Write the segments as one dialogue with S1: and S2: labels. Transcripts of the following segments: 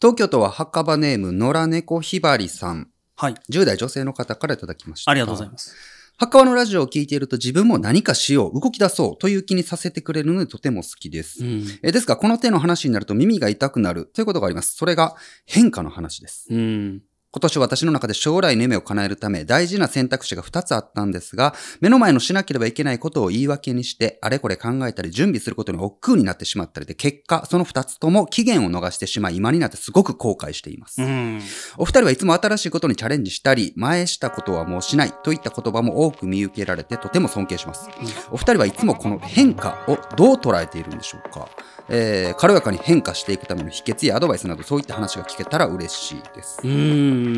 S1: 東京都は墓場ネーム、野良猫ひばりさん。
S2: はい。
S1: 10代女性の方からいただきました。
S2: ありがとうございます。
S1: 墓場のラジオを聞いていると自分も何かしよう、動き出そうという気にさせてくれるのでとても好きです。
S2: うん。
S1: えですが、この手の話になると耳が痛くなるということがあります。それが変化の話です。
S2: うん。
S1: 今年私の中で将来の夢を叶えるため大事な選択肢が2つあったんですが、目の前のしなければいけないことを言い訳にして、あれこれ考えたり準備することに億劫になってしまったりで、結果、その2つとも期限を逃してしまい、今になってすごく後悔しています。
S2: うん。
S1: お二人はいつも新しいことにチャレンジしたり、前したことはもうしないといった言葉も多く見受けられてとても尊敬します。お二人はいつもこの変化をどう捉えているんでしょうか、えー、軽やかに変化していくための秘訣やアドバイスなどそういった話が聞けたら嬉しいです。
S2: うん。
S1: と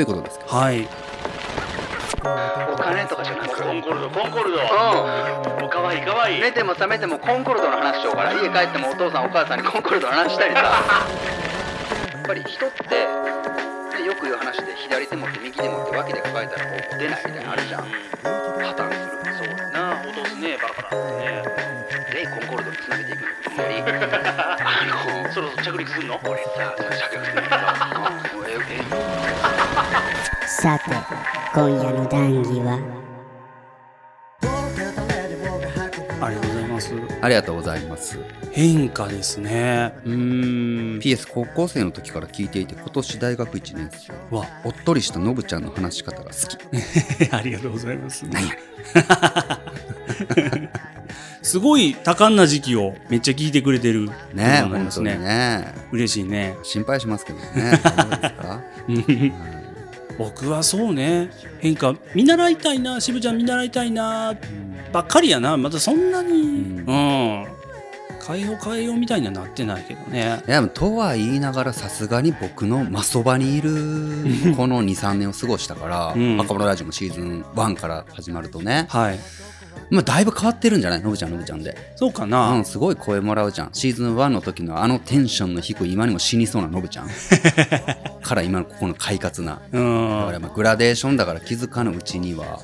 S1: いうことですか。
S2: はい。
S3: お金とかじゃなく
S4: コンコルドコンコルド
S3: う
S4: おかわいいかわいい
S3: 寝ても覚めてもコンコルドの話しようから家帰ってもお父さんお母さんにコンコルドの話したりさやっぱり人って、ね、よく言う話で左手持って右手持って脇で抱えたらこう出ないみたいなのあるじゃん破綻するそうやな
S4: 落とすねバラバラね
S3: でコンコルドにつなげていくの無理あの
S4: そろそろ着陸すんの
S3: 俺さその社会のさうんもうええ
S5: さて今夜の談義は
S2: ありがとうございます。
S1: ありがとうございます。
S2: 変化ですね。うーん。
S1: PS 高校生の時から聞いていて今年大学1年生。
S2: わ。
S1: おっとりしたのぶちゃんの話し方が好き。
S2: ありがとうございます。
S1: なんや
S2: すごい多感な時期をめっちゃ聞いてくれてる。
S1: ねえ、
S2: そうなん
S1: 本
S2: です
S1: 当にね。
S2: 嬉しいね。
S1: 心配しますけどね。どうですか
S2: 僕はそうね変化見習いたいな渋ちゃん見習いたいなばっかりやなまたそんなにうん変えよう変えようみたいにはなってないけどね
S1: いやでもとは言いながらさすがに僕の真そばにい るこの23年を過ごしたから「
S2: うん
S1: 若者ラジオ」もシーズン1から始まるとね、
S2: はい
S1: まあ、だいぶ変わってるんじゃないのぶちゃんのぶちゃんで、
S2: そうか
S1: う、
S2: なん
S1: すごい声もらうじゃんシーズン1の時のあのテンションの低い今にも死にそうなのぶちゃ んから今のここの快活な
S2: うん、
S1: だからまあグラデーションだから気づかぬうちには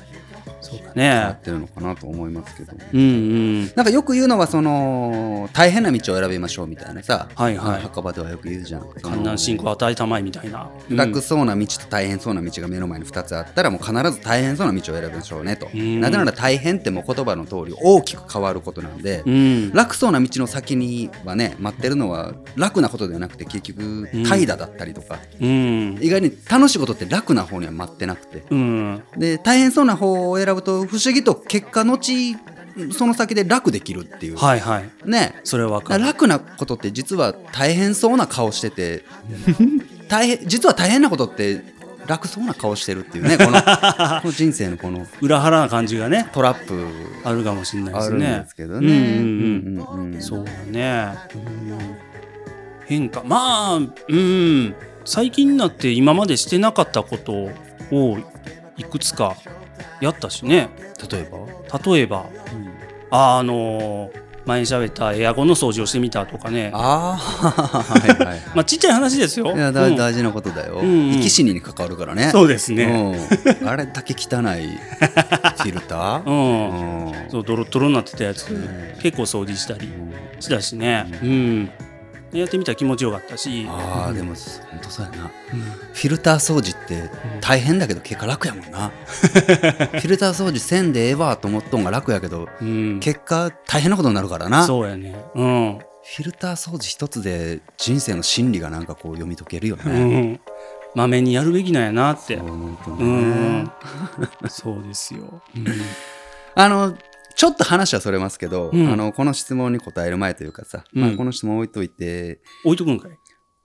S2: そうか
S1: や
S2: ね
S1: ってるのかなと思いますけど。
S2: うんうん
S1: なんかよく言うのはその大変な道を選びましょうみたいなさ、
S2: はいはい
S1: 墓場ではよく言うじゃん。
S2: 観覧進行与えたまえみたいな、うん、
S1: 楽そうな道と大変そうな道が目の前に2つあったらもう必ず大変そうな道を選びましょうねと
S2: ん
S1: なぜなら大変ってもう言葉の通り大きく変わることなんで、
S2: うん
S1: 楽そうな道の先にはね待ってるのは楽なことではなくて結局
S2: うん
S1: 怠惰だったりとか、
S2: うん
S1: 意外に楽しいことって楽な方には待ってなくて
S2: うん
S1: で大変そうな方を選ぶと不思議と結果後その先で楽できるっていう、
S2: はいはい
S1: ね
S2: それはわ
S1: だか
S2: からる
S1: 楽なことって実は大変そうな顔してて 大変実は大変なことって楽そうな顔してるっていうねこ のこの人生のこの
S2: 裏腹な感じがね
S1: トラップ
S2: あるかもしれないで
S1: あ
S2: す
S1: るん
S2: ね
S1: ですけどね。
S2: うんうんうん
S1: うんうんうん
S2: そうだね、うん変化まあうん最近になって今までしてなかったことをいくつかやったしね
S1: 例えば、
S2: 例えばあの前に喋ったエアコンの掃除をしてみたとかね
S1: ああはいはい,、
S2: まあちっちゃい話ですよ
S1: い、やだ
S2: うん
S1: 大事なことだよ、
S2: うんうん
S1: 生き死にに関わるからね
S2: そうですね
S1: うんあれだけ汚いフィルタ
S2: う
S1: ー、
S2: ん、
S1: うん
S2: そうドロッドロになってたやつ
S1: ん
S2: 結構掃除したり
S1: うん
S2: したしねうんでやってみたら気持ちよかったし
S1: あーでも本当そうやな、フィルター掃除って大変だけど結果楽やもん なフィルター掃除せんでええわと思っとんが楽やけど
S2: うん
S1: 結果大変なことになるからなフ
S2: そうやねうん
S1: ィルター掃除一つで人生の心理がなんかこう読み解けるよ
S2: う
S1: ね、
S2: ん、まめにやるべきなんやなって。
S1: そう
S2: う
S1: 思うと
S2: ん
S1: ね、
S2: そうですよ。
S1: あのちょっと話はそれますけど、
S2: うん
S1: あのこの質問に答える前というかさ、
S2: うん
S1: まあ、この質問置いといて
S2: 置いとくんかい。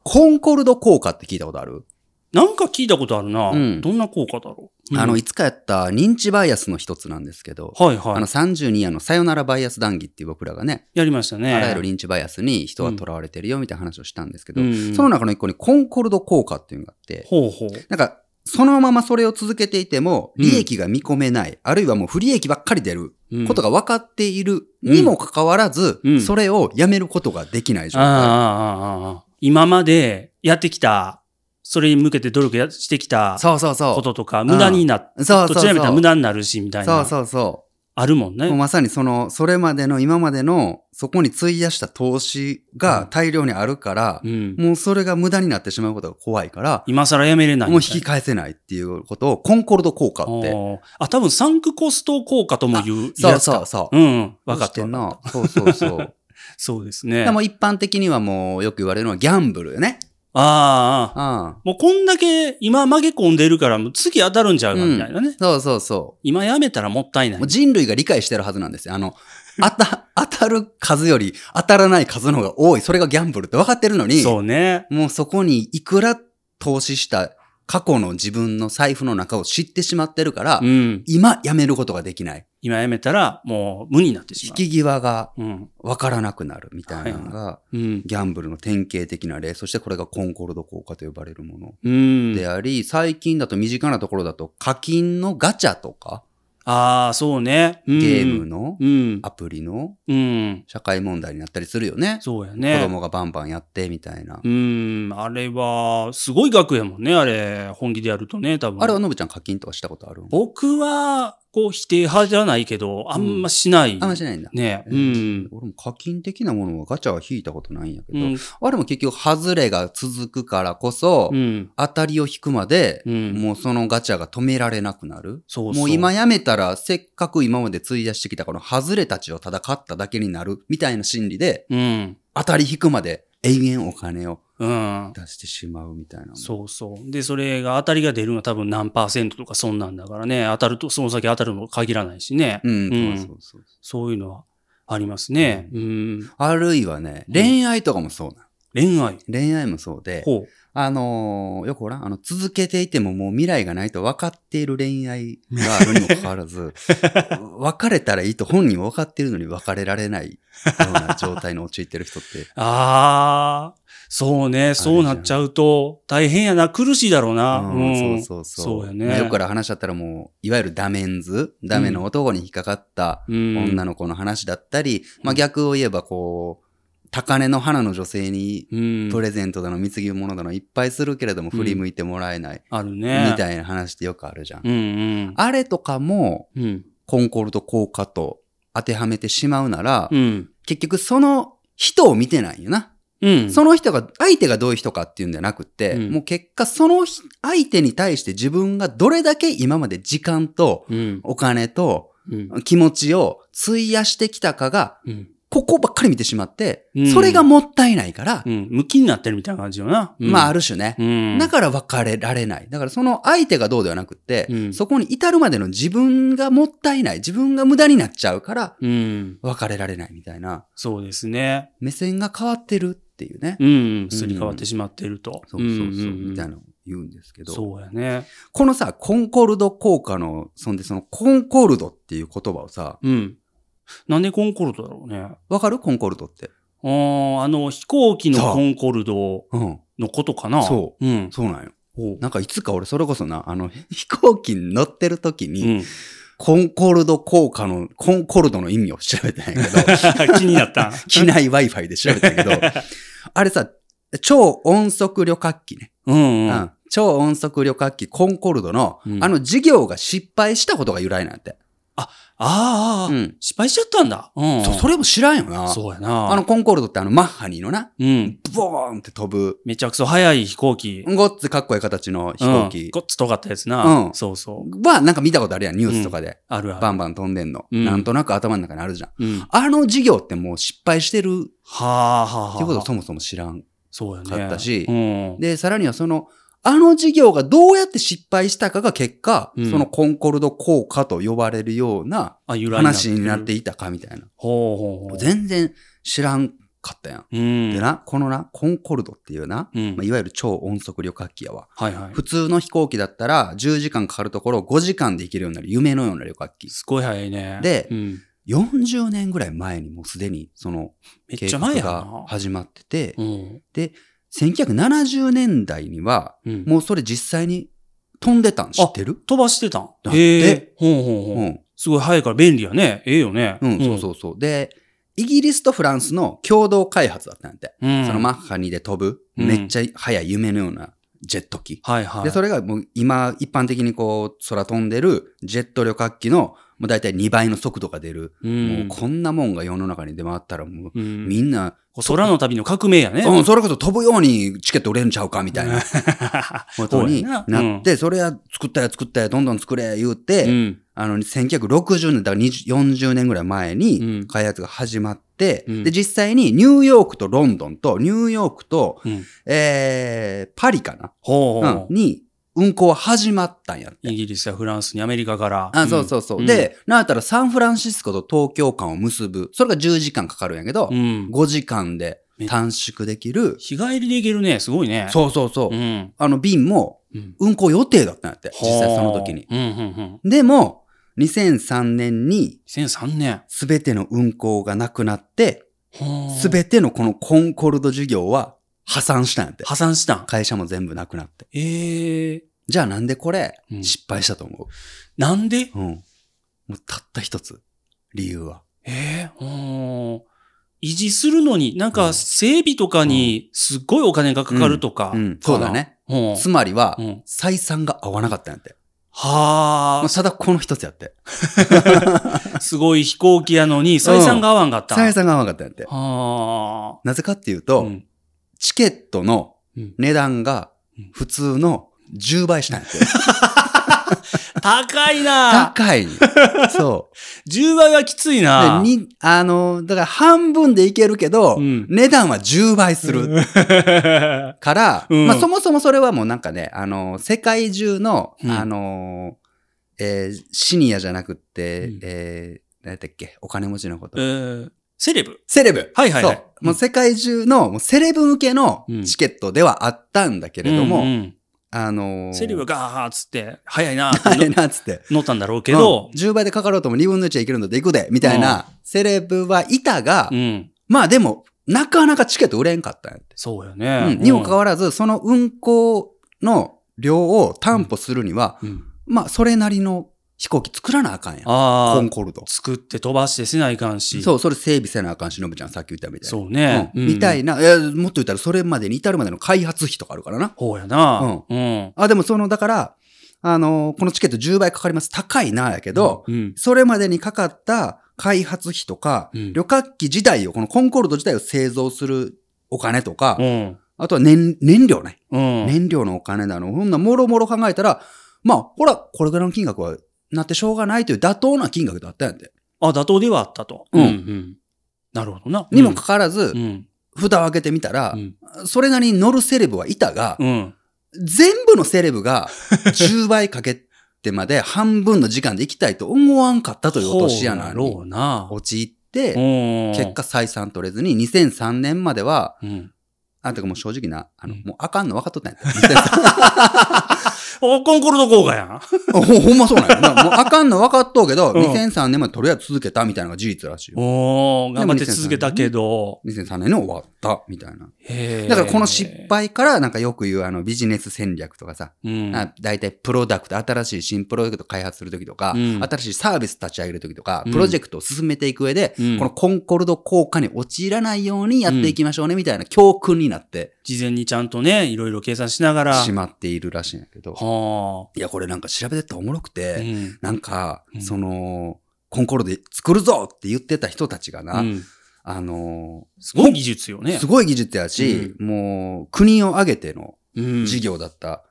S1: コンコルド効果って聞いたことある、
S2: なんか聞いたことあるな。
S1: うん
S2: どんな効果だろう。
S1: あの
S2: うん
S1: いつかやった認知バイアスの一つなんですけど、
S2: はい
S1: あ
S2: は
S1: の
S2: い。
S1: 32夜の「さよならバイアス談義」っていう僕らがね、
S2: やりましたね。
S1: あらゆるリンチバイアスに人は囚われてるよみたいな話をしたんですけど、
S2: うん
S1: その中の一個にコンコルド効果っていうのがあって、
S2: ほうほう。
S1: なんかそのままそれを続けていても
S2: うん
S1: 利益が見込めない、あるいはもう不利益ばっかり出る
S2: うん
S1: ことが分かっているにもかかわらず、
S2: うん
S1: それをやめることができない状
S2: ああ
S1: 態。
S2: ああああ。今までやってきた、それに向けて努力やしてきた
S1: そうそうそ
S2: こ
S1: う。
S2: ととか、無駄になっ
S1: そう
S2: ど
S1: そう
S2: ち
S1: そ
S2: ら
S1: う。
S2: みたら無駄になるし、みたいな。
S1: そうそうそ
S2: あるもんね。
S1: もうまさにその、それまでの今までのそこに費やした投資が大量にあるから
S2: う、ん、
S1: もうそれが無駄になってしまうことが怖いから、
S2: 今更やめれない
S1: もう
S2: み
S1: 引
S2: たいな
S1: き返せないっていうことをコンコルド効果って。
S2: おーあ、多分サンクコスト効果とも言う。
S1: そう
S2: う。
S1: そうそう。
S2: うん、うん、分かっ
S1: して
S2: て
S1: ん
S2: ん
S1: な。そうそう そう。
S2: そうですね。
S1: で
S2: あ
S1: も一般的にはもうよく言われるのはギャンブルよね。
S2: あ
S1: う
S2: ああ、
S1: ん。
S2: もうこんだけ今曲げ込んでるから、もう次当たるんちゃうかみたいなね。
S1: そうそうそ。
S2: 今やめたらもったいうない
S1: もう。人類が理解してるはずなんですよ。あ の、当た、当たる数より当たらない数の方が多い。それがギャンブルって分かってるのに、
S2: そうね。
S1: もうそこにいくら投資した過去の自分の財布の中を知ってしまってるから、
S2: うん。
S1: 今やめることができない。
S2: 今やめたら、もう無になってし
S1: 引
S2: まう。
S1: き際が
S2: うん。
S1: 分からなくなるみたいなのが、
S2: うん。
S1: ギャンブルの典型的な例、そしてこれがコンコルド効果と呼ばれるもの
S2: うん。
S1: であり、最近だと身近なところだと課金のガチャとか、
S2: ああ、そうね。うん
S1: ゲーム。の
S2: うん。
S1: アプリの
S2: うん。
S1: 社会問題になったりするよね。
S2: そうや
S1: 子
S2: ね。
S1: 供がバンバンやってみたいな。
S2: うん。あれは、すごい額やもんね。あれ、本気でやるとね、多分。
S1: あれはのぶちゃん課金とかしたことある
S2: 僕は、こう、否定派じゃないけど、あんましない。
S1: あんましないんだ。
S2: ね。う。
S1: うん俺も課金的なものはガチャは引いたことないんやけ
S2: う
S1: ど、
S2: ん。
S1: あれも結局外れが続くからこそ、
S2: うん。
S1: 当たりを引くまで、
S2: うん
S1: もうそのガチャが止められなくなる。
S2: そうそ
S1: も
S2: う。
S1: う今やめたら、せっかく今まで費やしてきたこの外れたちをただ勝っただけになるみたいな心理で、
S2: うん。
S1: 当たり引くまで永遠お金を
S2: うん。
S1: 出してしまうみたいな。
S2: そうそう。で、それが当たりが出るのは多分何パーセントとかそんなんだからね、当たると、その先当たるの限らないしね。
S1: うん、
S2: うん
S1: そうそうそう。
S2: そういうのはありますね。う。
S1: うんあるいはね、
S2: ん
S1: 恋愛とかもそうなの。
S2: 恋愛。
S1: 恋愛もそうで、
S2: ほう。
S1: あのーよくほら、あの、続けていてももう未来がないと分かっている恋愛があるにもかかわら ず、別れたらいいと本人は分かっているのに別れられないような状態に陥ってる人って、
S2: ああ、そうね。そうなっちゃうと大変やな。苦しいだろうな。
S1: うん
S2: うん。
S1: そうそう
S2: そ
S1: そうう。
S2: やね
S1: まあよくから話しちゃったらもう、いわゆるダメンズ、ダメの男に引っかかった
S2: うん。
S1: 女の子の話だったり、まあ逆を言えばこう、高根の花の女性に
S2: うん。
S1: プレゼントだの、貢ぎ物だのいっぱいするけれども振り向いてもらえない、
S2: あるね。
S1: みたいな話ってよくあるじゃん。
S2: うんうん。
S1: あれとかも、
S2: うん。
S1: コンコルド効果と当てはめてしまうなら、
S2: うん。
S1: 結局その人を見てないんよな。
S2: うん。
S1: その人が、相手がどういう人かっていうんじゃなくて、
S2: うん
S1: もう結果その人相手に対して自分がどれだけ今まで時間と
S2: うん。
S1: お金と
S2: うん。
S1: 気持ちを費やしてきたかが、
S2: うん。
S1: ここばっかり見てしまって
S2: うん、
S1: それがもったいないから、
S2: うん。向きになってるみたいな感じよな。うん
S1: まあある種ね、
S2: うん。
S1: だから別れられない。だからその相手がどうではなくって、
S2: うん
S1: そこに至るまでの自分がもったいない、自分が無駄になっちゃうから、
S2: うん。
S1: 別れられないみたいな、
S2: そうですね。
S1: 目線が変わってるっていうね。
S2: うん。すり替わってしまっていると。
S1: そうそうそう、みたい
S2: な。
S1: なのを言うんですけど。
S2: そうやね。
S1: このさ、コンコルド効果の、そんでそのコンコルドっていう言葉をさ、
S2: うん。なんでコンコルドだろうね。
S1: わかるコンコルドって。
S2: あーあの、飛行機の
S1: そう
S2: コンコルド
S1: うん。
S2: のことかな。。
S1: そう
S2: うん。
S1: そうなんよ。
S2: ほう
S1: なんかいつか俺それこそな、あの、飛行機に乗ってる時
S2: う
S1: に、
S2: ん。
S1: コンコルド効果の、コンコルドの意味を調べてない けど、
S2: 気になった。
S1: 機内 Wi-Fi で調べたけ ど、あれさ、超音速旅客機ね。
S2: うん
S1: う
S2: うん。
S1: ん。超音速旅客機コンコルドの、
S2: うん
S1: あの事業が失敗したことが由来なんて。
S2: あ
S1: う
S2: あ、
S1: ん。
S2: 失敗しちゃったんだ。うん。
S1: そそれも知らんよな。
S2: そうやな。
S1: あの、コンコルドってあのマッハニーのな、
S2: うん。
S1: ボーンって飛ぶ、
S2: めちゃくそ速い飛行機。
S1: ごっつかっこいい形の飛行
S2: うん
S1: 機
S2: ごっつ尖ったやつな。
S1: うん
S2: そうそう。
S1: はなんか見たことあるやん、ニュースとかで。
S2: あるある。
S1: バンバン飛んでんの。
S2: うん
S1: なんとなく頭の中にあるじゃん。
S2: うん。は
S1: あの事業ってもう失敗してる
S2: あはあはあ。
S1: っていうことをそもそも知らん。
S2: そうやね。
S1: かったし
S2: うん。
S1: で、さらにはその、あの事業がどうやって失敗したかが結果、
S2: うん
S1: そのコンコルド効果と呼ばれるような
S2: あ、由来
S1: 話になって
S2: る。
S1: いたかみたいな。
S2: ほうほうほう。
S1: 全然知らんかったやん。
S2: うん。
S1: でな、このな、コンコルドっていうな、
S2: うん
S1: まあ、いわゆる超音速旅客機やわ。
S2: はいはい。
S1: 普通の飛行機だったら10時間かかるところを5時間で行けるようになる夢のような旅客機。
S2: すごい早いね。
S1: で
S2: うん
S1: 40年ぐらい前にもうすでにその
S2: めっ
S1: 計
S2: ちゃ
S1: 画
S2: 前や
S1: が
S2: な。
S1: 始まってて
S2: う、ん。
S1: 1970年代には
S2: うん。
S1: もうそれ実際に飛んでたん知ってる
S2: 飛ばしてたん。
S1: だって
S2: へえ。ほうほう
S1: う
S2: ほう。
S1: ん。
S2: すごい早いから便利やね。ええよね。
S1: うん、そうそうそう。で、イギリスとフランスの共同開発だったんで、
S2: うん。
S1: そのマッハ2で飛ぶ、
S2: うん
S1: めっちゃ速い夢のようなジェット機。
S2: はいはい。
S1: で、それがもう今、一般的にこう、空飛んでるジェット旅客機のもう大体2倍の速度が出る。
S2: うん
S1: もうこんなもんが世の中に出回ったらもう、
S2: うん
S1: みんな、
S2: こう空の旅の革命やね。
S1: うん、それこそ飛ぶようにチケット売れんちゃうかみたい なことに
S2: そうやな
S1: なって、それや、作ったや作ったや、どんどん作れ、言う
S2: う
S1: て、
S2: ん。
S1: あの、1960年、だから20 40年ぐらい前
S2: うん
S1: に開発が始まって、
S2: うん
S1: で、実際にニューヨークとロンドンと、ニューヨークと、
S2: うん
S1: えー、パリかな、
S2: ほうほうほ
S1: うん、に、運行は始まったんやっ
S2: う。イ
S1: て。
S2: ギリスやフランスにアメリカから。
S1: あ、そうそうそう。
S2: ん
S1: で、なんやったらサンフランシスコと東京間を結ぶ。それが10時間かかるんやけど、
S2: うん。
S1: 5時間で短縮できる。
S2: 日帰りで行けるね。すごいね。
S1: そうそうそう。
S2: うん。
S1: あの便も
S2: うん。
S1: 運行予定だったんやって、実際その時に。
S2: うんうんうん。
S1: でも、2003年に
S2: 2003年。
S1: 全ての運行がなくなって、
S2: す
S1: 全てのこのコンコルド事業は破産したんやって。
S2: 破産したん。
S1: 会社も全部なくなって。
S2: ええ。
S1: じゃあなんでこれ
S2: うん
S1: 失敗したと思
S2: なんで
S1: ううん。もうたった一つ、理由は。
S2: ええ。うん維持するのに、なんか整備とかにすっごいお金がかかるとか。
S1: うん、そうだね。
S2: うん。
S1: つまりは
S2: うん、
S1: 採算が合わなかったんやって。
S2: は
S1: まあ、ただこの一つやって。
S2: あ、すごい飛行機やのに、採算が合わんかった。
S1: 採算が合わなかったんやって。
S2: は
S1: なぜかっていう
S2: あ。
S1: と、
S2: うん
S1: チケットの
S2: うん
S1: 値段が
S2: うん
S1: 普通の10倍したんや って。
S2: 高いな
S1: 高 い。そう。
S2: 10倍はきついな
S1: で、に、あの、だから半分でいけるけど、
S2: うん
S1: 値段は10倍する から、
S2: うん
S1: まあそもそもそれはもうなんかね、あの、世界中の、
S2: うん
S1: あの、えーシニアじゃなくって、
S2: うん
S1: えー、何だっけ、お金持ちのこと。
S2: えーセレブ。
S1: セレブ
S2: はいはいはい
S1: そう。もう世界中の、もうセレブ向けの
S2: うん
S1: チケットではあったんだけれども、
S2: うんうん
S1: あのー
S2: セレブがガーッつって、早いなって
S1: 大変なっつって。
S2: 乗ったんだろうけど
S1: うん、10倍でかかろうとも2分の1はいけるんだって行くで、みたいな、セレブはいたが、
S2: うん。
S1: まあでも、なかなかチケット売れんかったんやって。
S2: そうよ
S1: う
S2: ね。
S1: ん、にもかか
S2: わ
S1: わらず、その運行の量を担保するには、
S2: うん。
S1: まあそれなりの飛行機作らなあかんやん。
S2: あ
S1: コ
S2: あ
S1: ン、コルド。
S2: 作って飛ばしてせないかんし。。
S1: そうう、それ整備せなあかんし、のぶちゃんさっき言ったみたいな。
S2: そうね。
S1: うんみたい
S2: な。
S1: な、えーもっと言ったらそれまでに至るまでの開発費とかあるからな。
S2: ほうやな。うん。
S1: あ、でもその、だから、あのーこのチケット10倍かかります。高いな、やけど、
S2: うん。
S1: それまでにかかった開発費とか、
S2: うん
S1: 旅客機自体を、このコンコルド自体を製造するお金とか、
S2: うん。
S1: あとは燃燃料ね。
S2: うん。
S1: 燃料のお金だの。そんなもろもろ考えたら、まあ、ほら、これぐらいの金額はなってしょうがないという妥当な金額だったんやで。
S2: あ、妥当ではあったと。
S1: うん
S2: ん。なるほどな。
S1: にもかかわらず
S2: う、ん。
S1: 蓋を開けてみたら
S2: う、ん。
S1: それなりに乗るセレブはいたが
S2: う、ん。
S1: 全部のセレブ が10倍かけてまで半分の時間で行きたいと思わんかったという落とし穴
S2: ほうやろ
S1: に
S2: うな。
S1: 陥っ
S2: う
S1: て、
S2: ん
S1: 結果採算取れずに2003年までは、
S2: うん。
S1: あんたがもう正直な、あの、
S2: うん
S1: もうあかんの分かっとったんやった。
S2: お、コンコルド効果やん。
S1: 2003ほんほんまそうなんや。 なもうあかんの分かっとうけど、
S2: うん
S1: 2003年までとりあえず続けたみたいなのが事実らしいよ。
S2: おー、頑張って続けたけど。
S1: 2003年に終わった、みたいな。
S2: へー
S1: だからこの失、敗から、なんかよく言うあのビジネス戦略とかさ、
S2: うん、
S1: あ大体プロダクト、新しい新プロダクト開発するときとか、
S2: うん
S1: 新しいサービス立ち上げるときとか、
S2: うん
S1: プロジェクトを進めていく上で、
S2: うん
S1: このコンコルド効果に陥らないようにやっていきましょうね、みたいな教訓になって
S2: 事前にちゃんとね、いろいろ計算しながら。
S1: しまっているらしいんだけど、
S2: はい
S1: や、これなんか調べてったらおもろくて、
S2: あ。うん
S1: なんか
S2: う、ん
S1: その、コンコルド作るぞって言ってた人たちがな、
S2: うん
S1: あの
S2: すごい技術よね。
S1: すごい技術やし、もう国を挙げての
S2: うん
S1: 事業だった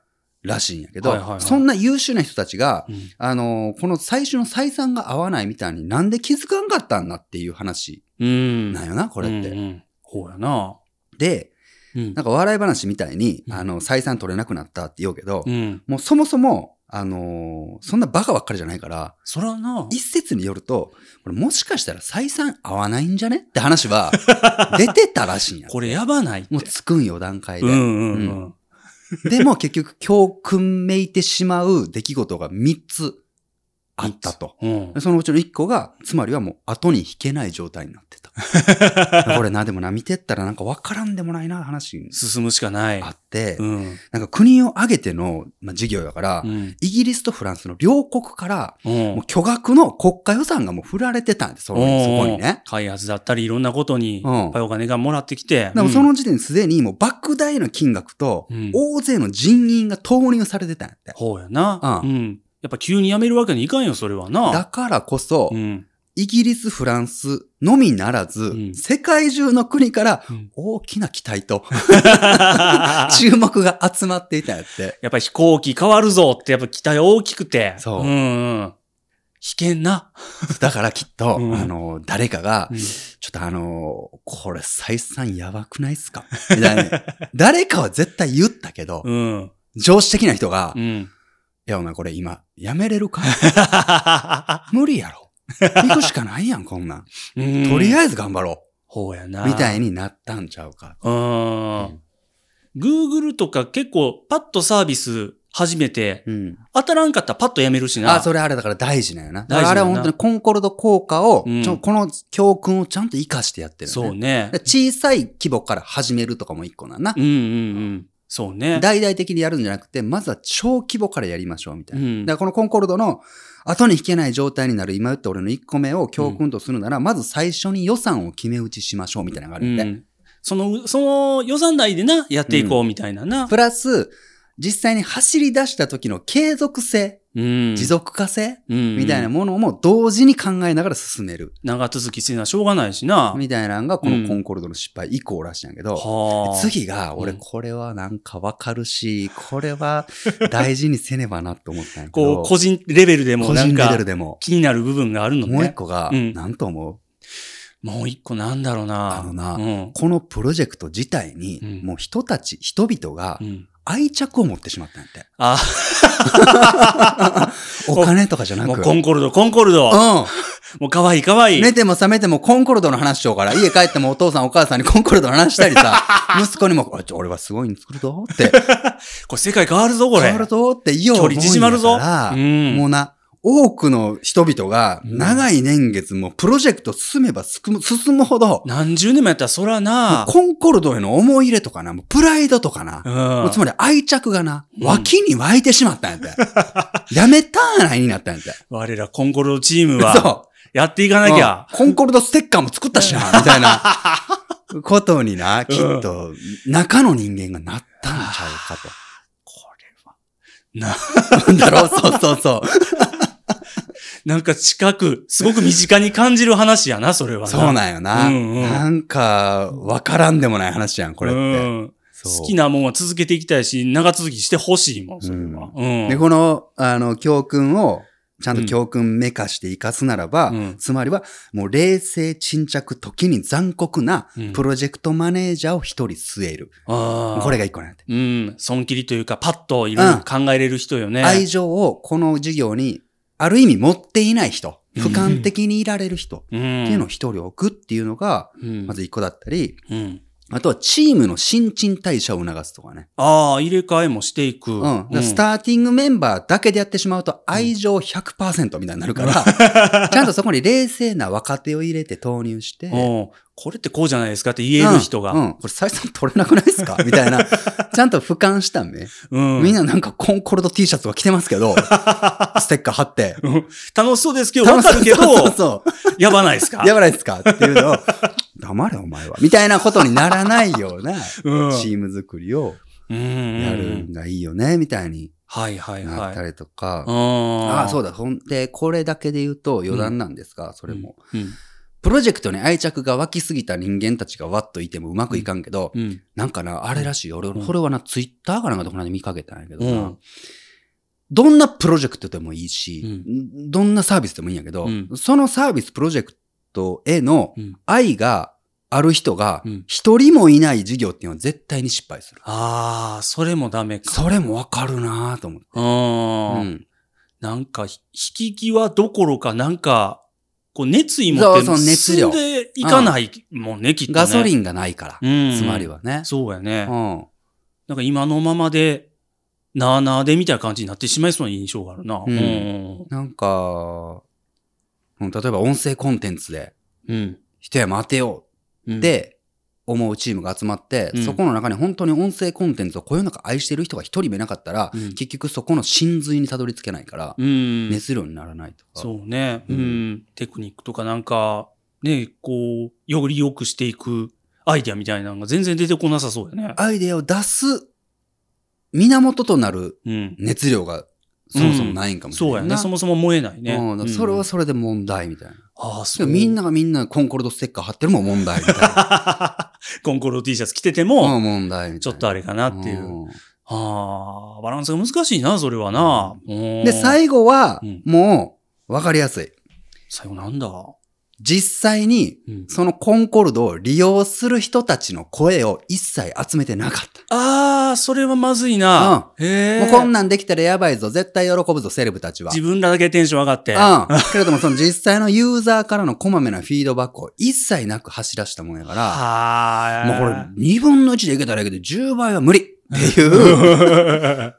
S1: らしいんやけど、
S2: はいはいはい
S1: そんな優秀な人たちが、
S2: うん
S1: あのこの最初の採算が合わないみたいになんで気づかんかったんだっていう話
S2: うん。
S1: なんよな、これって。
S2: うんうんほうやな。
S1: で、
S2: うん
S1: なんか笑い話みたいに、
S2: うん
S1: あの、採算取れなくなったって言うけど、
S2: うん。
S1: もうそもそも、あのそんなバカばっかりじゃないから、
S2: そらな。
S1: 一説によると、これもしかしたら採算合わないんじゃねって話は 出てたらしいんや。
S2: これやばないって。
S1: もうつくんよ、段階で。
S2: うんうんう
S1: うん
S2: ん。
S1: でも結局教訓めいてしまう出来事が3つあったと。
S2: うん。
S1: そのうちの1個が、つまりはもう後に引けない状態になって た。これな、でもな、見てったらなんかわからんでもないな、話
S2: 進むしかない
S1: あ。って、
S2: うん。
S1: なんか国を挙げての、まあ、事業だから、
S2: うん。
S1: イギリスとフランスの両国から、
S2: うん
S1: もう巨額の国家予算がもう振られてたんで、そのそこにね。
S2: 開発だったり、いろんなことに、い
S1: うん
S2: っぱいお金がもらってきて。
S1: でもその時点ですでにもう莫大な金額と
S2: うん、
S1: 大勢の人員が投入されてたんやって。
S2: ほうやな。
S1: うん
S2: ん。やっぱ急にやめるわけにいかんよ、それはな。
S1: だからこそ、
S2: うん。
S1: イギリス、フランスのみならず、
S2: ん
S1: 世界中の国から
S2: うん
S1: 大きな期待 と
S2: や
S1: 注目が集まっていたんやって。
S2: っぱり飛行機変わるぞって、やっぱ期待大きくて。
S1: そう
S2: うんうん。危険な。
S1: だからきっと、
S2: うん
S1: あの、誰かが、
S2: うん
S1: ちょっとあの、これ採算やばくないっすかみたいな。誰かは絶対言ったけど、
S2: うん。
S1: 上司的な人が、
S2: う
S1: い
S2: ん。
S1: やお前これ今、やめれるか無理やろ。行くしかないやん、こんなん。とり
S2: えず、
S1: あえず頑張ろ
S2: ほうや
S1: う。
S2: な。
S1: みた
S2: い。
S1: いになったんちゃうか。
S2: うん。Google とか結構パッとサービス始めて、
S1: うん。
S2: 当たらんかったらパッとやめるしな。
S1: あ、それあれだから大事なんやな。だからあ
S2: 大事
S1: れ
S2: なんやな
S1: は本当にコンコルド効果を、
S2: うん
S1: ちょこの教訓をちゃんと活かしてやってる、ね。
S2: そう。ね。
S1: 小さい規模から始めるとかも一個なんやな
S2: う。んうんうん。そうね。
S1: 大々的にやるんじゃなくて、まずは小規模からやりましょうみたいな。
S2: うん
S1: だからこのコンコルドの後に引けない状態になる今言った俺の1個目を教訓とするなら、まず最初に予算を決め打ちしましょうみたいなのがあるんで。
S2: うんその、その予算内でな、やっていこうみたいなな。
S1: プラス、実際に走り出した時の継続性、
S2: うん。
S1: 持続化性、
S2: うん
S1: みたいな。ものも同時に考えながら進める。
S2: 長続きしてるのはしょうがないしな。
S1: みたいなのがこ
S2: うん
S1: のコンコルドの失敗以降らしいんやけど、
S2: はあ。
S1: 次が、俺
S2: うん
S1: これはなんかわかるし、これ は大事にせねばなと思ったんやけ
S2: こ
S1: ど、
S2: う、個人レベルでも
S1: 個
S2: なん
S1: 人レ
S2: か
S1: ベル、でも。
S2: 気になる部分があるのね。
S1: もう一個が、
S2: うん
S1: なんと思
S2: もう一個なんだろうな。
S1: あのな
S2: うん
S1: う。このプロジェクト自体に、
S2: うん
S1: もう人たち、人々が
S2: うん。
S1: 愛着を持ってしまったんやって。
S2: あ、
S1: お金とかじゃな
S2: もう
S1: く。
S2: コンコルド、コンコルド。
S1: う
S2: もう可愛い可愛
S1: ん。
S2: い。
S1: 寝ても覚めてもコンコルドの話しようから、家帰ってもお父さんお母さんにコンコルドの話したり さ、息子にも、あちょ俺はすごいの作るぞって、
S2: これ世界変わるぞ、これ。
S1: 変わるぞって言おう
S2: 距離縮まるぞ
S1: 思うんやから
S2: うん
S1: もうな、多くの人々が長い年月もプロジェクト進めば進む進むほど、
S2: 何十年もやったらそらな。
S1: コンコルドへの思い入れとかな、もうプライドとかな、もうつ
S2: う
S1: まり愛着がな、
S2: ん
S1: 脇に湧いてしまったんやて。 やめたーないになったんやて。
S2: ん。我らコンコルドチームは、
S1: そ
S2: やっていか
S1: う。
S2: なきゃ。
S1: うんコンコルドステッカーも作ったしな、みたい なことにな、きっと、中の人間がなったんちゃうか
S2: これは。な、
S1: と。だろうそうそうそう。
S2: なんか近く、すごく身近に感じる話やな、それはな。
S1: そうなんよな。
S2: うんうん
S1: なんか、わからんでもない話やん、これっ
S2: う
S1: て。
S2: ん
S1: そう
S2: 好きなもんは続けていきたいし、長続きしてほしいもん、それは。うん。
S1: で、この、あの、教訓を、ちゃんと教訓めかして活かすならば、
S2: うん
S1: つまりは、もう冷静沈着、時に残酷な
S2: うん、
S1: プロジェクトマネージャーを一人据える。
S2: ああ。
S1: これ。が一個なんて。
S2: うん。損切りというか、パッといろいろ考えれる人よね。
S1: 愛情をこの事業に、ある意味持っていない人、俯瞰的にいられる人
S2: う
S1: っ
S2: ん。
S1: ていうのを一人置くっていうのが、
S2: うん。
S1: まず一個だったり、
S2: うん。
S1: あとはチームの新陳代謝を促すとかね。
S2: ああ、入れ替えもしていく。
S1: うん。だからスターティングメンバーだけでやってしまうと愛情100%みたいになるから、 ちゃんとそこに冷静な若手を入れて投入して、
S2: うんこれってこうじゃないですかって言える人
S1: うん、う
S2: が。
S1: んこれ採算取れなくない ですかみたいな。ちゃんと俯瞰した目。
S2: うん。
S1: みんななんかコンコルド T シャツが着てますけ ど、ステッカー貼って。
S2: うん楽しそうですけど、わかるけど、
S1: そうそうそ
S2: やばないですか
S1: う。やばないですかっていうのを、黙れお前は。みたいなことにならないような
S2: うん
S1: チーム作りを
S2: うん。
S1: やるんがいいよね、みたいに
S2: はいはい
S1: な
S2: は
S1: っ
S2: い。
S1: たりとか。あ
S2: あ
S1: あ、そう
S2: だ。
S1: だ。ほんで、これだけで言うと余談なんですが、それも。
S2: うん。
S1: プロジェクトに愛着が湧きすぎた人間たちがわっといてもうまくいかんけど、
S2: うん。
S1: なんかな、あれらしいよ。俺、
S2: ん
S1: これはな、ツイッターかなんかでこの間見かけたんやけど
S2: う
S1: な、
S2: ん。
S1: どんなプロジェクトでもいいし、どんなサービスでもいいんやけど、
S2: うん
S1: そのサービス、プロジェクトへの
S2: うん
S1: 愛がある人が
S2: うん、
S1: 一人もいない事業っていうのは絶対に失敗する。
S2: ああ、それもダメか。
S1: それもわかるなぁと思って。
S2: う
S1: う
S2: ん。
S1: ん
S2: なんか、ひ引き際どころか、なんか、こう、熱意持って
S1: そうそう熱
S2: 進
S1: 量
S2: んでいかないもんね、きっと、ね。
S1: ガソリンがないから、
S2: うん
S1: つまりはね。
S2: そうや
S1: う
S2: ね。
S1: ん
S2: なんか今のままで、なあなあでみたいな感じになってしまいそうな印象があるな。
S1: うん
S2: ん。
S1: なんか、うん例えば音声コンテンツで
S2: うん。
S1: 一山当てよ
S2: う、
S1: うんって思うチームが集まって、
S2: うん
S1: そこの中に本当に音声コンテンツをこよなく愛してる人が一人もいなかったら、
S2: うん
S1: 結局そこの真髄にたどり着けないから、
S2: うん。
S1: 熱量にならないとか。
S2: そうね、う。
S1: うんん
S2: テクニックとかなんか、ね、こう、より良くしていくアイディアみたいなのが全然出てこなさそうやね。
S1: アイデアを出す源となる
S2: うん。
S1: 熱量がそもそもないんかもしれ
S2: そう
S1: な
S2: や
S1: い
S2: ね。
S1: な。
S2: そもそも燃えないね。
S1: うんだからそれはそれで問題みたいな。
S2: ああ、
S1: で
S2: そう。
S1: もみんながみんなコンコルドステッカー貼ってるもん問題みたいな。
S2: コンコルド T シャツ着てて も、
S1: うん問題みたいな。
S2: ちょっとあれかなっていう。
S1: うん
S2: ああ、バランスが難しいな、それはな。うん
S1: で、最後は
S2: うん、
S1: もう、わかりやすい。
S2: 最後なんだ。
S1: 実際に、
S2: うん
S1: そのコンコルドを利用する人たちの声を一切集めてなかった。
S2: ああ、それはまずいな。へえ。
S1: もうこんなんできたらやばいぞ、絶対喜ぶぞ、セレブたちは。
S2: 自分らだけテンション上がって。
S1: うん。けれども、その実際のユーザーからのこまめなフィードバックを一切なく走らしたもんやから、
S2: は
S1: もうこれ
S2: ーい。
S1: 2分の1でいけたらいいけど、10倍は無理っていう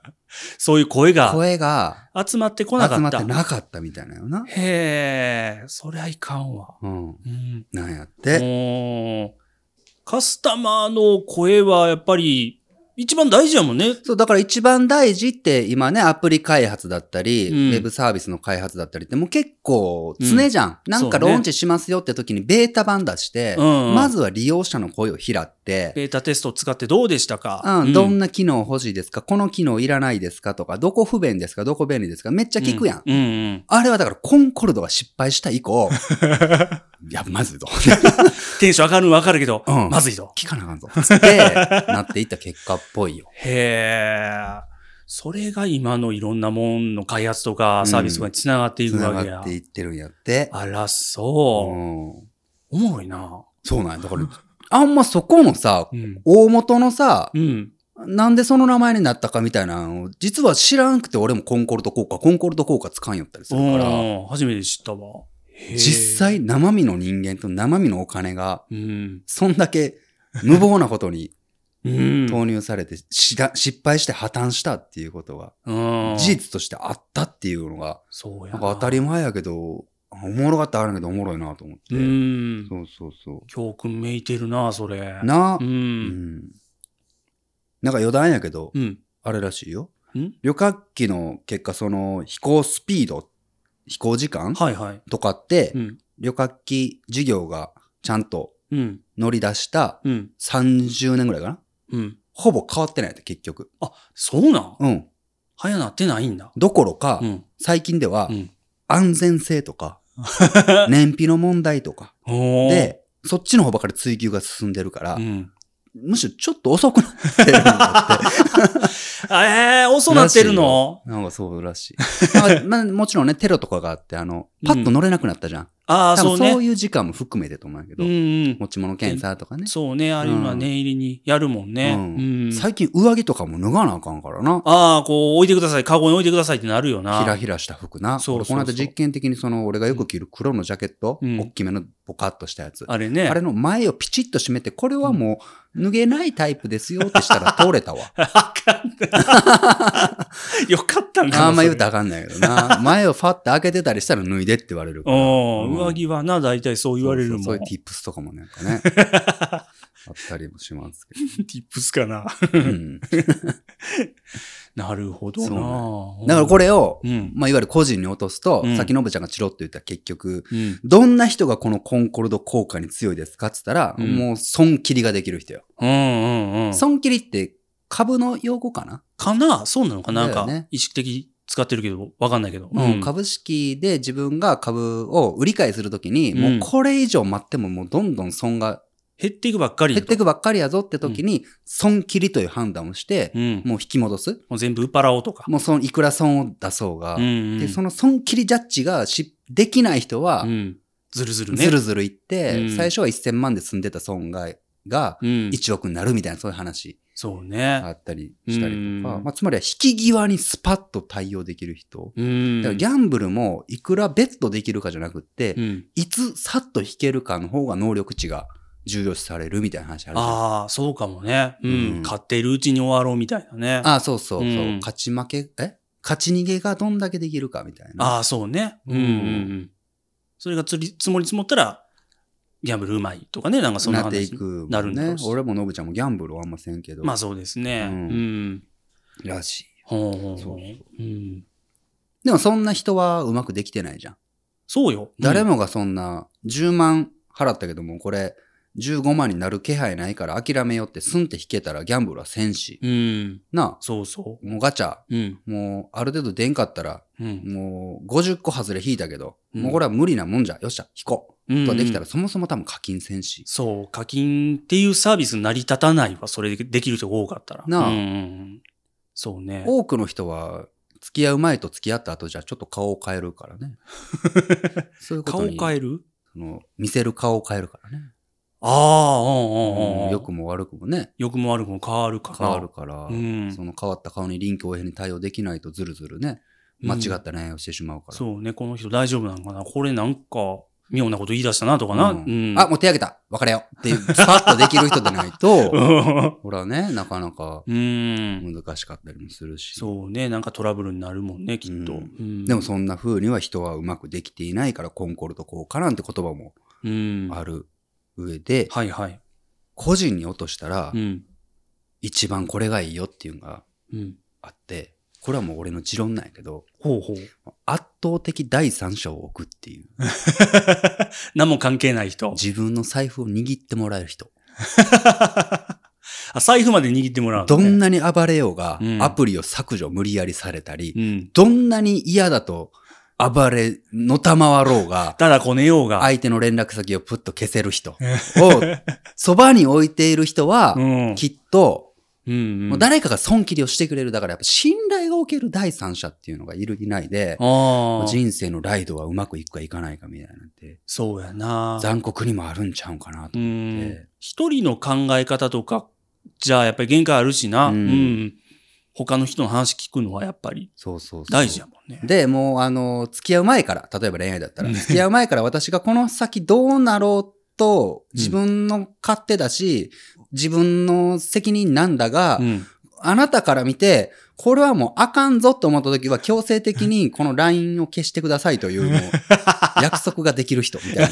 S2: そういう声が
S1: 声が
S2: 集まってこなか
S1: 集まっ
S2: っ。
S1: たてなかったみたいなよな。
S2: へえ、そりゃいかんわ。
S1: うん。
S2: うん。
S1: なんやって。
S2: もうカスタマーの声はやっぱり一番大事やもんね。
S1: そう、だから一番大事って今ね、アプリ開発だったり、
S2: うん
S1: ウェブサービスの開発だったりってもう結構常じゃん。なんか
S2: そう
S1: ロ
S2: ね
S1: ーンチしますよって時にベータ版出して、
S2: うんうん
S1: まずは利用者の声を拾って、
S2: ベータテストを使ってどうでしたか
S1: うん、
S2: う
S1: どんな機能欲しいですかこの機能いらないですかとか、どこ不便ですかどこ便利ですかめっちゃ聞くやん。
S2: うんうん。
S1: あれはだからコンコルドが失敗した以 降、いや、まずいぞ。
S2: テンション上がるの分かるけど、
S1: うん
S2: まずいぞ。
S1: 聞かなあかんぞ。つ って、なっていった結果っぽいよ。
S2: へえ。それが今のいろんなもんの開発とか
S1: ん
S2: サービスとかにつながっていく
S1: 繋
S2: わけ
S1: が
S2: や。
S1: っていってるんやって。
S2: あら、
S1: う
S2: そ
S1: ん、
S2: う。おもろいな。
S1: そうなんや。だから、あんまそこのさ
S2: う、ん。
S1: 大元のさ
S2: う、ん。
S1: なんでその名前になったかみたいなのを、実は知らんくて俺もコンコルド効果、コンコルド効果つかんよったりするから、
S2: うん初めて知ったわ。へえ
S1: 実、際生身の人間と生身のお金が、
S2: うん。
S1: そんだけ無謀なことに
S2: うん。
S1: 投入されて、しだ失敗して破綻したっていうことが、
S2: うん
S1: 事実としてあったっていうのが、
S2: そうや
S1: なんか当たり前やけど、おもろかったらあるけどおもろいなと思って。
S2: うん。
S1: そうそうそ
S2: 教訓めいてるな、それ。
S1: う。な
S2: う。
S1: うんん。なんか余談やけど、
S2: うん。
S1: あれらしいよ
S2: ん。
S1: 旅客機の結果、その飛行スピード、飛行時間
S2: はいはい。
S1: とかって
S2: う、ん。
S1: 旅客機事業がちゃんと
S2: うん。
S1: 乗り出した
S2: うん。
S1: 30年ぐらいかな
S2: うん。
S1: ほぼ変わってないって結局。
S2: あ、そうなん
S1: うん。
S2: 早なってないんだ。
S1: どころか、
S2: うん。
S1: 最近では、
S2: うん
S1: 安全性と か、燃費の問題とか、
S2: おー、
S1: で、そっちの方ばかり追求が進んでるから、
S2: うん。
S1: むしろちょっと遅くなってるんだって。
S2: えー、遅なってるの
S1: なんかそうらしい。なんかまあ、もちろんね、テロとかがあって、あの、パッと乗れなくなったじゃん。
S2: ああ、
S1: 多
S2: そう
S1: 分
S2: ね。
S1: そういう時間も含めてと思うんやけど、
S2: うんうん。
S1: 持ち物検査とかね。
S2: そうね、あれは念入りにやるもんね。
S1: うん
S2: うん。
S1: 最近上着とかも脱がなあかんからな。
S2: ああ、こう置いてください、カゴに置いてくださいってなるよな。
S1: ひらひらした服な。
S2: そうそうそう
S1: 俺この間実験的にその、俺がよく着る黒のジャケット、
S2: うん
S1: 大きめのポカッとしたやつ。
S2: あれね。
S1: あれの前をピチッと締めて、これはもう脱げないタイプですよってしたら通 れたわ。
S2: あかんな。よかったな。
S1: あんま言うと
S2: た。
S1: あかんないけどな。前をファッて開けてたりしたら脱いでって言われるから。
S2: お
S1: うん
S2: 上着はな、大体そう言われるもん。
S1: そうそうそういうティップスとかもなんか ね。あったりもしますけ
S2: ティップスかな。
S1: ど。うん
S2: なるほどな。
S1: だからこれを、
S2: うん。
S1: まあ、いわゆる個人に落とすと、
S2: うん
S1: さっきのぶちゃんがチロッと言った結局、
S2: うん。
S1: どんな人がこのコンコルド効果に強いですかって言ったら、
S2: うん
S1: もう損切りができる人よ。
S2: うんうんうん。
S1: 損切りって株の用語かな、
S2: かなそうなのかななん
S1: だ
S2: か
S1: よね、
S2: 意識的に使ってるけど、わかんないけど。
S1: うん株式で自分が株を売り買いするときに、
S2: うん
S1: もうこれ以上待ってももうどんどん損が
S2: 減っていくばっかり
S1: 減ってい
S2: く。
S1: くばっかりやぞって時に、損切りという判断をして
S2: う、ん。
S1: もう引き戻す。
S2: もう全部ウパラオとか。
S1: もうそのいくら損を出そうが、
S2: うんうん。
S1: で、その損切りジャッジがしできない人は
S2: う、ん。ずるずるね。
S1: ずるずるいって、
S2: うん
S1: 最初は1000万で済んでた損害が
S2: うん。
S1: 1億になるみたいな、そういう話
S2: そうね
S1: が。あったりしたりとか、
S2: うん
S1: まあ、つまりは引き際にスパッと対応できる人。
S2: うん。
S1: だからギャンブルもいくらベットできるかじゃなくって、
S2: うん。
S1: いつさっと引けるかの方が能力値が重要視されるみたいな話あるじゃん
S2: ああ、そうかもね。う
S1: うん
S2: ん。買っているうちに終わろうみたいなね。
S1: あそうそうそう、
S2: うん
S1: 勝ち負け、え勝ち逃げがどんだけできるかみたいな。
S2: ああ、そうね。
S1: う
S2: うんんうんうん。それがつり積もり積もったら、ギャンブルうまいとかね、なんかそんな
S1: なっ
S2: 話
S1: て
S2: に
S1: いくもんね。
S2: なるんだろうし
S1: 俺もノブちゃんもギャンブルはあんませんけど。
S2: まあそうですね。
S1: う
S2: うんん。
S1: らしい。
S2: ほうほう
S1: そうそうう。
S2: ほうん。
S1: でもそんな人はうまくできてないじゃん。
S2: そうよ。
S1: 誰
S2: も。
S1: もがそんな10万払ったけども、これ15万になる気配ないから諦めようってスンって引けたらギャンブルはせんし。
S2: うん。
S1: な
S2: そうそ
S1: あ、もうガチャ、
S2: う。うん。
S1: もうある程度出んかったら、
S2: うん。
S1: もう50個外れ引いたけど、
S2: うん
S1: もうこれは無理なもんじゃ、よっしゃ、引こう。
S2: うん
S1: とかできたらそもそも多分課金せんし。
S2: そう、課金っていうサービス成り立たないわ、それでできる人が多かったら。
S1: なあ
S2: うんうんうんそうね。
S1: 多くの人は、付き合う前と付き合った後じゃちょっと顔を変えるから ね。そういうこ
S2: 顔
S1: と
S2: を
S1: に
S2: 変える
S1: その見せる顔を変えるからね。
S2: ああ、うんうんうん。
S1: 良くも悪くもね、
S2: よくも悪くも変わるから。
S1: 変わるから、
S2: うん
S1: その変わった顔に臨機応変に対応できないとずるずるね、間違った恋愛をしてしまうから。
S2: そうね、この人大丈夫なのかなこれなんか、妙なこと言い出したなとかな。
S1: うん
S2: うん
S1: あ、もう手挙げた別れようって いう、さっとできる人でないと、ほらね、なかなか
S2: うん。
S1: 難しかったりもするし。
S2: そうね、なんかトラブルになるもんね、きっと。
S1: うん
S2: うん
S1: でもそんな風には人はうまくできていないから、コンコルとこうかなんて言葉も
S2: うん。
S1: ある上で、
S2: はいはい。
S1: 個人に落としたら
S2: う、ん。
S1: 一番これがいいよっていうのが
S2: うん。
S1: あって、これはもう俺の持論なんやけど、
S2: ほうほう。
S1: 圧倒的第三者を置くっていう。
S2: 何も関係ない人。
S1: 自分の財布を握ってもらえる人。
S2: あ、財布まで握ってもらう
S1: ど
S2: のね、
S1: んなに暴れようが
S2: う、ん
S1: アプリを削除無理やりされたり、
S2: うん。
S1: どんなに嫌だと暴れ、のたまわろうが、
S2: ただこねようが。
S1: 相手の連絡先をプッと消せる人を、 そばに置いている人は
S2: う、ん。
S1: きっと、
S2: うんうん
S1: もう誰かが損切りをしてくれる。だからやっぱ信頼がおける第三者っていうのがいるいないで、
S2: ああ。
S1: 人生のライドはうまくいくかいかないかみたいなんて、
S2: そうやな。
S1: 残酷にもあるんちゃうんかなと
S2: う。ん
S1: え。
S2: 一人の考え方とか、じゃあやっぱり限界あるしな。
S1: う
S2: うんん。他の人の話聞くのはやっぱり
S1: そうそうそう。
S2: 大事やもんね。
S1: で、もう、あの、付き合う前から、例えば恋愛だったら、付き合う前から私がこの先どうなろうと、
S2: うん
S1: 自分の勝手だし、自分の責任なんだが、
S2: うん。
S1: あなたから見て、これはもうあかんぞと思った時は強制的にこの LINE を消してくださいという もう約束ができる人みたいな。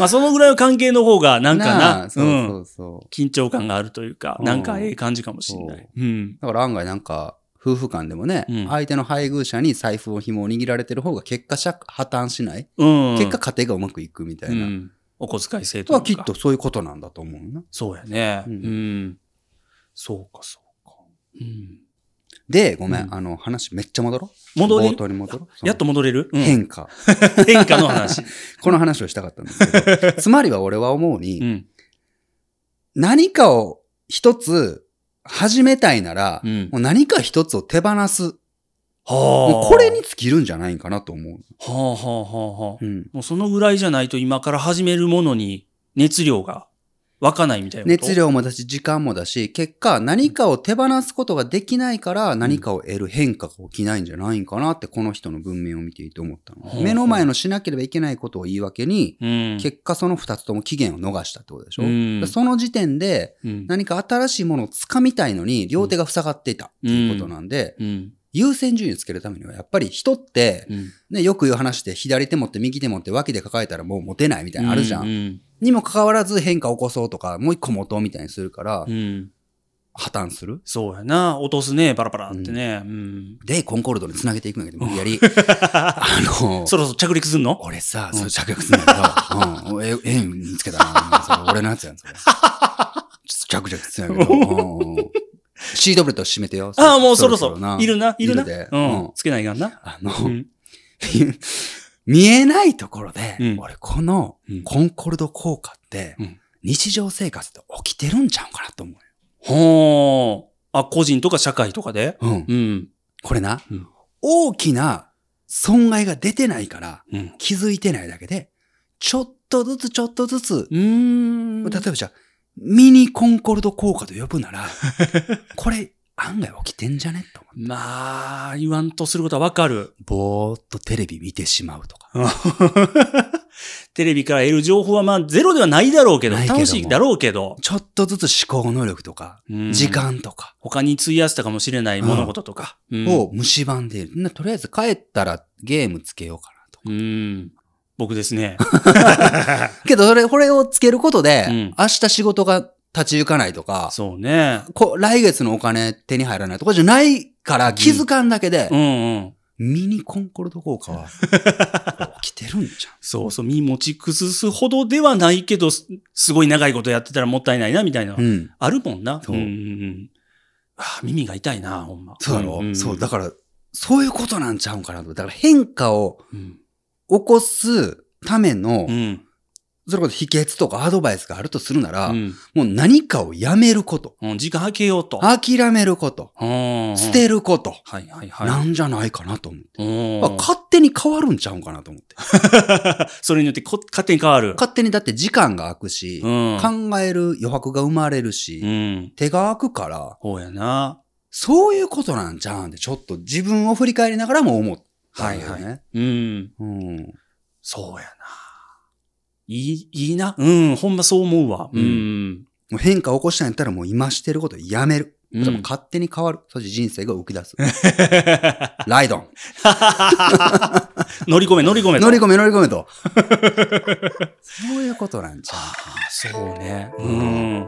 S2: まあそのぐらいの関係の方がなんかな。
S1: あそう
S2: うん
S1: そうそう。
S2: 緊張感があるというか、
S1: うん
S2: なんかええ感じかもしれない。うん。
S1: だから案外なんか、夫婦間でもね、
S2: うん
S1: 相手の配偶者に財布を紐を握られてる方が結果しゃ破綻しない、
S2: うん。
S1: 結果、家庭がうまくいくみた
S2: う
S1: いな。
S2: ん。お小遣い制
S1: と
S2: 度
S1: は
S2: とか。
S1: きっとそういうことなんだと思うな。
S2: そうやね。
S1: う
S2: うんん。そうか、そうか。うん。
S1: で、ごめん、
S2: うん
S1: あの、話めっちゃ戻ろう。
S2: 戻れ
S1: 冒頭に戻ろう。その
S2: やっと戻れる、うん、
S1: 変化。
S2: 変化の話。
S1: この話をしたかったんですけど、つまりは俺は思うに、
S2: うん。
S1: 何かを一つ始めたいなら、
S2: うん
S1: もう何か一つを手放す。
S2: は
S1: もうこれに。尽きるんじゃないかなと思う。
S2: はあはあはあはあ。
S1: うん
S2: もうそのぐらいじゃないと今から始めるものに熱量が湧かないみたいなこと。
S1: 熱。量もだし、時間もだし、結果何かを手放すことができないから、何かを得る変化が起きないんじゃないかなって、この人の文面を見ていて思った
S2: ほうほ
S1: の。
S2: う
S1: 目の前のしなければいけないことを言い訳に、
S2: うん。
S1: 結果その二つとも期限を逃したってことでしょ、
S2: うん
S1: でその時点で
S2: うん。
S1: 何か新しいものを掴みたいのに両手が塞がっていたっていうことなんで、
S2: うん。
S1: 優先順位をつけるためにはやっぱり人って、
S2: うん。
S1: ね、よく言う話で左手持って右手持って脇で抱えたらもう持てないみたいなのあるじゃん。
S2: うん。うん
S1: にもかかわらず変化起こそうとかもう一個持とうみたいにするから、
S2: うん。
S1: 破綻する。
S2: そうやな。落とすね、パラパラってね。うん。
S1: で、コンコルドに繋げていくんやけど、無理や り。あの、
S2: そろそろ着陸すんの
S1: 俺さ、
S2: うん
S1: それ着陸するんだけど、うん、え、ええん見つけたな。それ俺のやつやん、それ。ちょっと着々するんや けど、うんうんシートベルト締めてよ。
S2: ああ、もうそろそろ。いるな、いるな。
S1: で
S2: う
S1: うん
S2: ん。つけないがんな。
S1: あの、
S2: うん。
S1: 見えないところで、
S2: うん
S1: 俺この
S2: うん
S1: コンコルド効果って
S2: うん、
S1: 日常生活で起きてるんちゃうかなと思
S2: ほー。あ、個人とか社会とかで
S1: うよ。うん。
S2: うん。
S1: これな
S2: うん、
S1: 大きな損害が出てないから
S2: うん。
S1: 気づいてないだけで、ちょっとずつちょっとずつ
S2: うーん。
S1: 例えばじゃあ、ミニコンコルド効果と呼ぶな ら、これ案外起きてんじゃねと思う。
S2: まあ、言わんとすることはわかる。
S1: ぼーっとテレビ見てしまうとか。
S2: テレビから得る情報はまあゼロではないだろうけど、
S1: ないけども
S2: 楽しいだろうけど、
S1: ちょっとずつ思考能力とか、
S2: うん
S1: 時間とか
S2: 他に費やしたかもしれない物事とか。うん
S1: を蝕んでいる。なとりあえず帰ったらゲームつけようかなと。
S2: うん僕ですね。
S1: けどそれ、これをつけることで、
S2: うん
S1: 明日仕事が立ち行かないとか、
S2: そうね。
S1: こ来月のお金手に入らないとかじゃないから気づかんだけで、
S2: うんうん。
S1: ミニコンコルド効果 は起きてるんじ
S2: そうそう、身持ち崩すほどではないけど、すすごい長いことやってたらもったいないな、みたいな。
S1: ゃん。うん。
S2: あるもんな。
S1: そうん
S2: んうん。あ耳が痛いな、ほんま。
S1: そうだろ、
S2: んん
S1: そう、だから、そういうことなんちゃうんかなと。だから変化を
S2: うん。
S1: 起こすための、
S2: うん。
S1: それこそ秘訣とかアドバイスがあるとするなら、
S2: うん
S1: もう何かをやめること、
S2: うん。時間かけようと。
S1: 諦めること、
S2: うん
S1: 捨てること、
S2: はいはいはい。
S1: なんじゃないかなと思って。
S2: うん
S1: まあ勝手に変わるんちゃうんかなと思って。
S2: それによってこ勝手に変わる。
S1: 勝手にだって時間が空くし、
S2: うん。
S1: 考える余白が生まれるし、
S2: うん。
S1: 手が空くから、
S2: ほうやな。
S1: そういうことなんじゃうんって、ちょっと自分を振り返りながらも思ったんだよね。
S2: はいうん。
S1: うん。
S2: そうやな。いい、いいな。うん。ほんまそう思うわ。
S1: う
S2: うんん。
S1: もう変化を起こしたんやったらもう今してることをやめる。
S2: うん
S1: でも勝手に変わる。そして人生が浮き出 す。ライドン。
S2: 乗り込め、乗り込めと。
S1: 乗り込め乗り込めと。そういうことなんじゃ
S2: ああ、そうね。うん。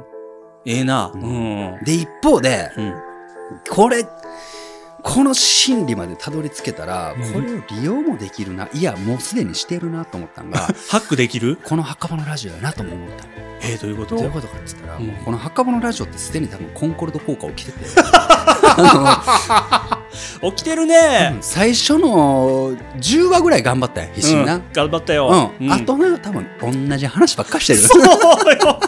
S2: ええな。うん
S1: う。。で、一方で、
S2: うん。
S1: これ、この心理までたどり着けたら
S2: う、ん
S1: これを利用もできるな。いや、もうすでにしてるなと思ったの が、
S2: ハックできる
S1: この墓場のラジオやなとも思った。ど
S2: ええどういうこと
S1: ういうことかって言ったら、
S2: うん
S1: もうこの墓場のラジオってすでに多分コンコルド効果起きてて、 あ
S2: 起きてる
S1: の
S2: ね。
S1: 最初の10話ぐらい頑張ったよ、必死にな。
S2: うん頑張ったよ。
S1: うん。 あとね、多分同じ話ばっかりしてる。
S2: そうよ。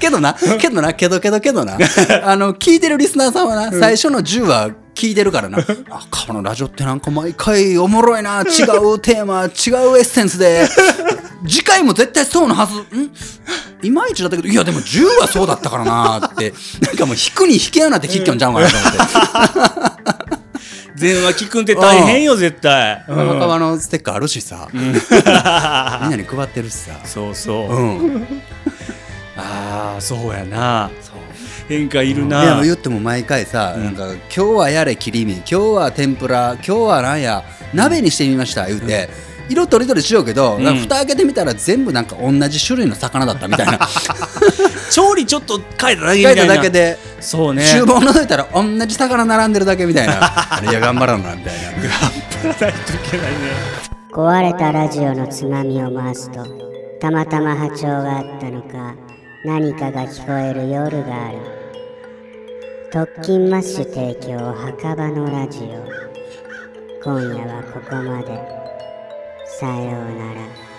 S1: けどな、けどな、けどけどけどな。あの、聞いてるリスナーさんはな、最初の10は聞いてるからな。あ、このラジオってなんか毎回おもろいな、違うテーマ、違うエッセンスで。次回も絶対そうのはず。んいまいちだったけど、いやでも10はそうだったからなって。なんかもう引くに引けようなって聞きょんちゃうんかなと思って。
S2: 全話聞くんって大変よ、絶対。うん
S1: 若葉のステッカーあるしさ。 みんなに配ってるしさ。
S2: そうそう。
S1: うん。
S2: ああ、そうやな。変化いる
S1: いや
S2: な。
S1: 言っても毎回さ、
S2: うん
S1: なんか今日はやれ切り身今日は天ぷら今日はなんや鍋にしてみました言うて、色とりどりしようけど、
S2: うん
S1: なんか蓋開けてみたら全部なんか同じ種類の魚だったみたい な
S2: 調理ちょっと変えただけみ
S1: 書
S2: た
S1: い
S2: い
S1: た
S2: な。
S1: だけで、
S2: そうね。
S1: 厨房覗いたら同じ魚並んでるだけみたい なあれいや頑張らんなみたいな
S5: 壊れたラジオのつまみを回すとたまたま波長があったのか何かが聞こえる夜がある特勤マッシュ提供墓場のラジオ今夜はここまでさようなら